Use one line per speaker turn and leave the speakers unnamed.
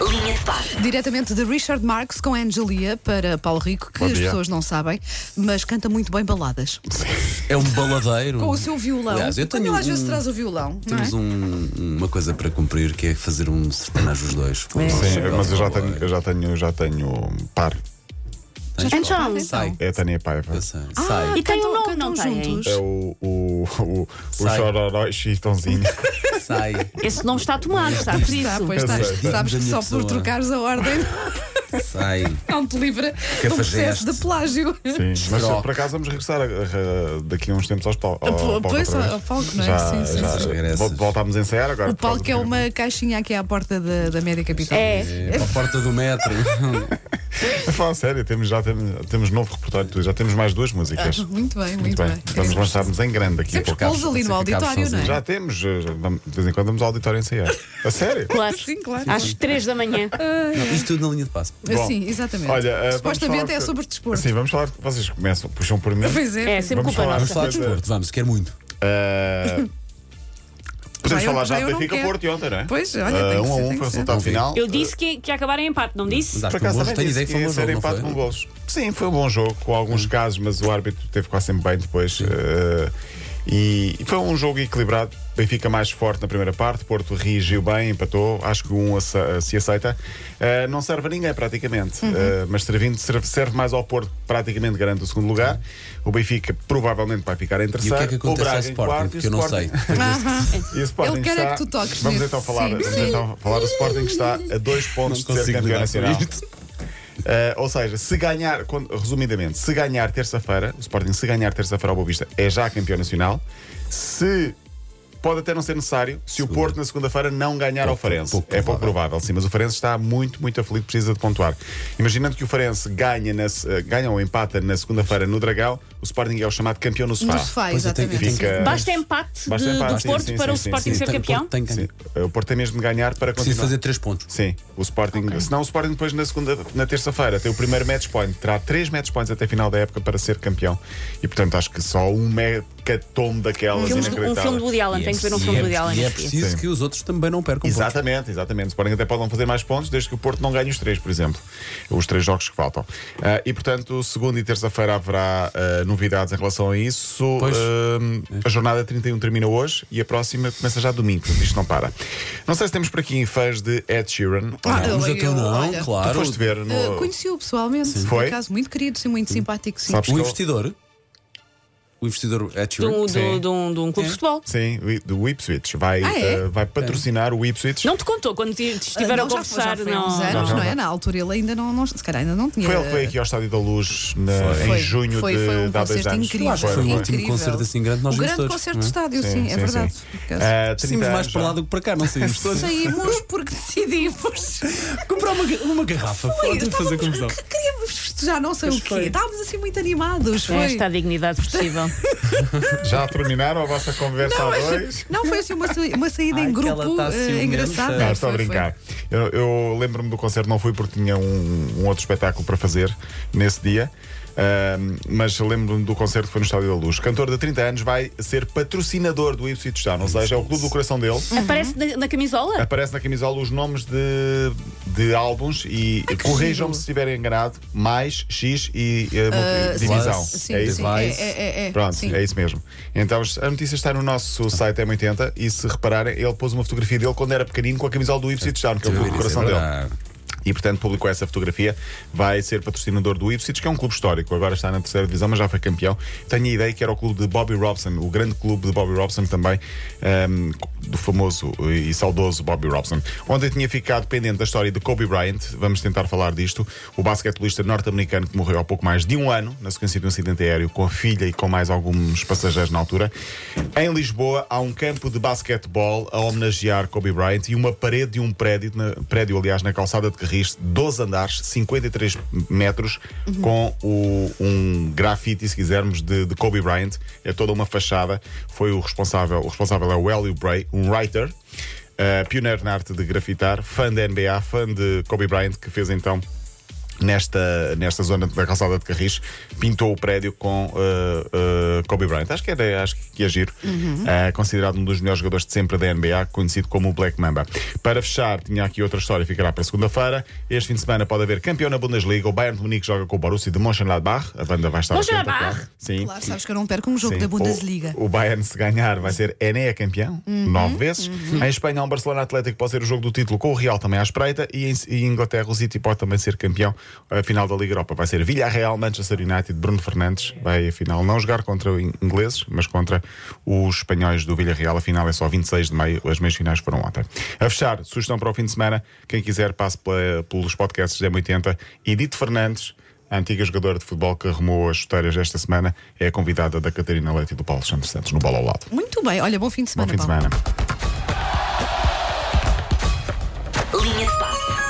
Repare.
Diretamente de Richard Marx com Angelia para Paulo Rico, que
Bom
as
dia.
pessoas não sabem, mas canta muito bem baladas.
É um baladeiro.
Com o seu violão.
Aliás, eu
Quando
tenho
ele às
um-
vezes traz o violão, não é?
Temos um- uma coisa para cumprir que é fazer um sertanejo os dois.
É.
Sim, mas eu já tenho, eu já tenho, eu já tenho par.
Então,
Sai.
É a Tânia Paiva.
Eu sei.
Ah.
Sai.
e tem um
Cantam-
nome, não
cantam
tem?
juntos.
É o, o, o, o
Sai.
Chororó e Chitãozinho.
Sai.
Esse nome está tomado, está por
Está,
isso.
pois
Eu
estás,
sei.
sabes
Da
que
minha
só
pessoa.
por trocares a ordem
Sai.
não te livra
Que
um processo
fazeste.
de plágio.
Sim, mas
Rock.
por acaso vamos regressar a- a- daqui a uns tempos aos pal- ao,
P-
palco.
Ah, pois,
outra vez.
ao palco, não é?
Já,
Sim, sim,
já.
sim. Regressas.
Vol- Voltámos a ensaiar agora.
O
por causa
palco é
do-
uma caixinha aqui à porta da, da Média Capital.
É.
É, para a porta do metro.
A falar sério, temos, já temos, temos novo repertório, tudo, já temos mais duas músicas.
Ah, Muito bem, muito,
Muito bem,
bem.
vamos lançar-nos em grande aqui.
Sempre
por
pô-los
acaso.
ali no
Sim, ficámos
auditório, não é?
sozinhos.
Já temos, eh, já- vamos- de vez em quando vamos ao auditório ensaiar. A sério?
Claro.
Sim, claro.
Às três da manhã.
É.
Não, isto tudo na linha de passo.
Bom,
Sim, exatamente.
Olha, eh, vamos
Supostamente
falar-
é sobre desporto.
Sim, vamos falar. Vocês começam, puxam por mim.
Pois é.
É, sempre
Vamos
culpa
falar. é.
Vamos
nossa.
falar de desporto, vamos, quero muito.
Eh, podemos
eu-
falar
já
já
eu
do
não
Benfica
quero.
Porto e ontem, não é?
Pois, olha, tem
Eh,
que
um a
ser,
um
tem que
para o
ser.
resultado
Não vi.
final.
Eu disse que, que ia acabar em empate, não disse?
Mas acho
Por
que o
acaso
Boas
também
tem
disse
ideia
que
que foi um
ia
bom
ser
jogo. não
empate
foi?
com golos. Sim, foi um bom jogo, com alguns casos, mas o árbitro teve que ficar sempre bem depois. eh, e, e foi um jogo equilibrado. Benfica mais forte na primeira parte, Porto reagiu bem, empatou, acho que um ace- eh, se aceita. Eh, não serve a ninguém praticamente,
Uhum.
eh, mas servindo, serve, serve mais ao Porto, que praticamente garante o segundo lugar. O Benfica provavelmente vai ficar em
E o
terceiro.
que é que acontece ao
Braga em quarto
Sporting?
e o
Porque eu não sei.
Sporting- e o Sporting
Ele quer é
está-
que tu toques
Vamos
nesse-
então falar,
sim.
vamos então falar do Sporting que está a dois pontos de ser campeão nacional. Eh, ou seja, se ganhar, quando- resumidamente, se ganhar terça-feira, o Sporting, se ganhar terça-feira ao Boavista, é já campeão nacional. Se. Pode até não ser necessário se o
Segunda.
Porto na segunda-feira não ganhar ao
Pouco-
Farense.
pouco
é pouco
provável.
provável, sim, mas o Farense está muito, muito aflito, precisa de pontuar. Imaginando que o Farense ganha, na se- eh, ganha ou empata na segunda-feira no Dragão, o Sporting é o chamado campeão no sofá.
Nos faz,
Pois eu tenho-
exatamente.
Fica-
Basta empate,
Basta
de-
empate,
do
sim,
Porto
sim,
para
sim,
o
sim,
Sporting
sim.
ser campeão?
Tem
Sim,
ganho.
eh, o Porto tem mesmo de ganhar para
Preciso
continuar.
fazer três pontos.
Sim, o Sporting, senão o Sporting depois na segunda, na terça-feira tem o primeiro match point, terá três match points até final da época para ser campeão. E portanto acho que só um mecatombe daquelas
Filmes de- Um
inacreditáveis.
filme do Woody Allen, tem que ver um
E
filme
é-
do Woody Allen.
E é
nesse dia.
preciso
Sim.
que os outros também não percam pontos.
Exatamente, exatamente. O Sporting até pode não fazer mais pontos desde que o Porto não ganhe os três, por exemplo. Os três jogos que faltam. Ah, e portanto, segunda e terça-feira haverá ah, novidades em relação a isso.
Pois.
Ah, a jornada 31 termina hoje e a próxima começa já domingo, portanto, isto não para. Não sei se temos por aqui fãs de Ed Sheeran.
Ah,
Não, mas
eu-
eu tenho
eu-
não,
olha.
Ah,
Tu
claro.
foste ver no.
Uh, Conheci-o pessoalmente, por
Foi?
acaso, muito querido e muito simpático, sim.
Sabes
O
que eu-
investidor. O investidor é
De um-
Sheeran.
do-
Sim.
De um de um
É.
clube de futebol.
Sim, o I- do Ipswich. Vai,
Ah, é?
eh, vai patrocinar o Ipswich.
Não te contou quando te- te
Ah,
estiveram a
não, já foi-
conversar?
já foi há
não.
uns anos,
não.
não é? Na altura ele ainda não, não- se calhar ainda não tinha.
Foi ele que veio aqui ao Estádio da Luz na-
Foi.
em junho
Foi-
de,
foi um
de há dois
concerto
anos.
incrível.
Foi um
Incrível.
último concerto assim grande, nós
O
vimos
grande
todos.
concerto
não
de
é?
estádio, sim, é verdade. Por acaso.
Eh, 30
Saímos mais
anos
para
já.
lá do que para cá, não saímos todos.
Saímos porque decidimos.
Comprar uma, ga- uma garrafa,
Foi,
pode fazer confusão.
estávamos- Queríamos festejar, não sei
Pois
o quê.
foi.
Estávamos assim muito animados.
É
Foi.
Esta a dignidade possível.
Já terminaram a vossa conversa
Não,
a
mas-
dois?
não, foi assim uma, sa- uma saída
Ai,
em
que
grupo
ela tá
eh,
ciumenta.
engraçada.
Não, estou a
Foi, foi.
brincar. Eu, eu lembro-me do concerto, não fui porque tinha um, um outro espetáculo para fazer nesse dia. Ahm, mas lembro-me do concerto que foi no Estádio da Luz. Cantor de 30 anos vai ser patrocinador do Ipswich Town, ou seja, é o clube do coração dele.
Aparece na, na camisola?
Aparece na camisola os nomes de, de álbuns e corrijam-me se estiver enganado. Mais, X e eh, multi- divisão.
Sim,
é
sim,
isso?
é,
Device.
é, é, é.
Pronto,
Sim.
é isso mesmo. Então a notícia está no nosso site M80 e se repararem, ele pôs uma fotografia dele quando era pequenino com a camisola do Ipswich Town, que é o clube do coração dele. E portanto publicou essa fotografia. Vai ser patrocinador do Ipswich, que é um clube histórico. Agora está na terceira divisão, mas já foi campeão. Tenho a ideia que era o clube de Bobby Robson, o grande clube de Bobby Robson também, ehm, do famoso e saudoso Bobby Robson. Ontem tinha ficado pendente da história de Kobe Bryant. Vamos tentar falar disto. O basquetebolista norte-americano que morreu há pouco mais de um ano, na sequência de um acidente aéreo, com a filha e com mais alguns passageiros na altura. Em Lisboa há um campo de basquetebol a homenagear Kobe Bryant e uma parede de um prédio, na- prédio aliás, na calçada de Carris, 12 andares, 53 metros, com o- um grafite, se quisermos, de, de Kobe Bryant. É toda uma fachada. Foi o responsável, o responsável é o Hélio Bray, um writer. eh, pioneiro na arte de grafitar, fã da NBA, fã de Kobe Bryant, que fez então nesta, nesta zona da calçada de Carris, pintou o prédio com uh, uh, Kobe Bryant. Acho que, era, acho que é giro. Uh, considerado um dos melhores jogadores de sempre da NBA, conhecido como o Black Mamba. Para fechar, tinha aqui outra história, ficará para segunda-feira. Este fim de semana pode haver campeão na Bundesliga. O Bayern de Munique joga com o Borussia de Mönchengladbach. A banda vai estar atenta,
Mönchengladbach?
claro. Sim.
Claro, sabes que eu não perco um jogo
Sim.
da Bundesliga. Uhum.
O, o Bayern, se ganhar, vai ser Ené é campeão, nove vezes. Em Espanha, há um Barcelona Atlético pode ser o jogo do título com o Real também à espreita. E em, e em Inglaterra, o City pode também ser campeão. A final da Liga Europa vai ser Villarreal, Manchester United, Bruno Fernandes. Vai, afinal, não jogar contra in- ingleses, mas contra os espanhóis do Villarreal. A final é só 26 de maio. As meias finais foram ontem. A fechar, sugestão para o fim de semana. Quem quiser, passe pela- pelos podcasts da M80. Edith Fernandes. A antiga jogadora de futebol que arrumou as chuteiras esta semana é a convidada da Catarina Leite e do Paulo Santos Santos no Bola ao Lado.
Muito bem, olha, bom fim de
Bom
semana,
fim de
Paulo.
semana.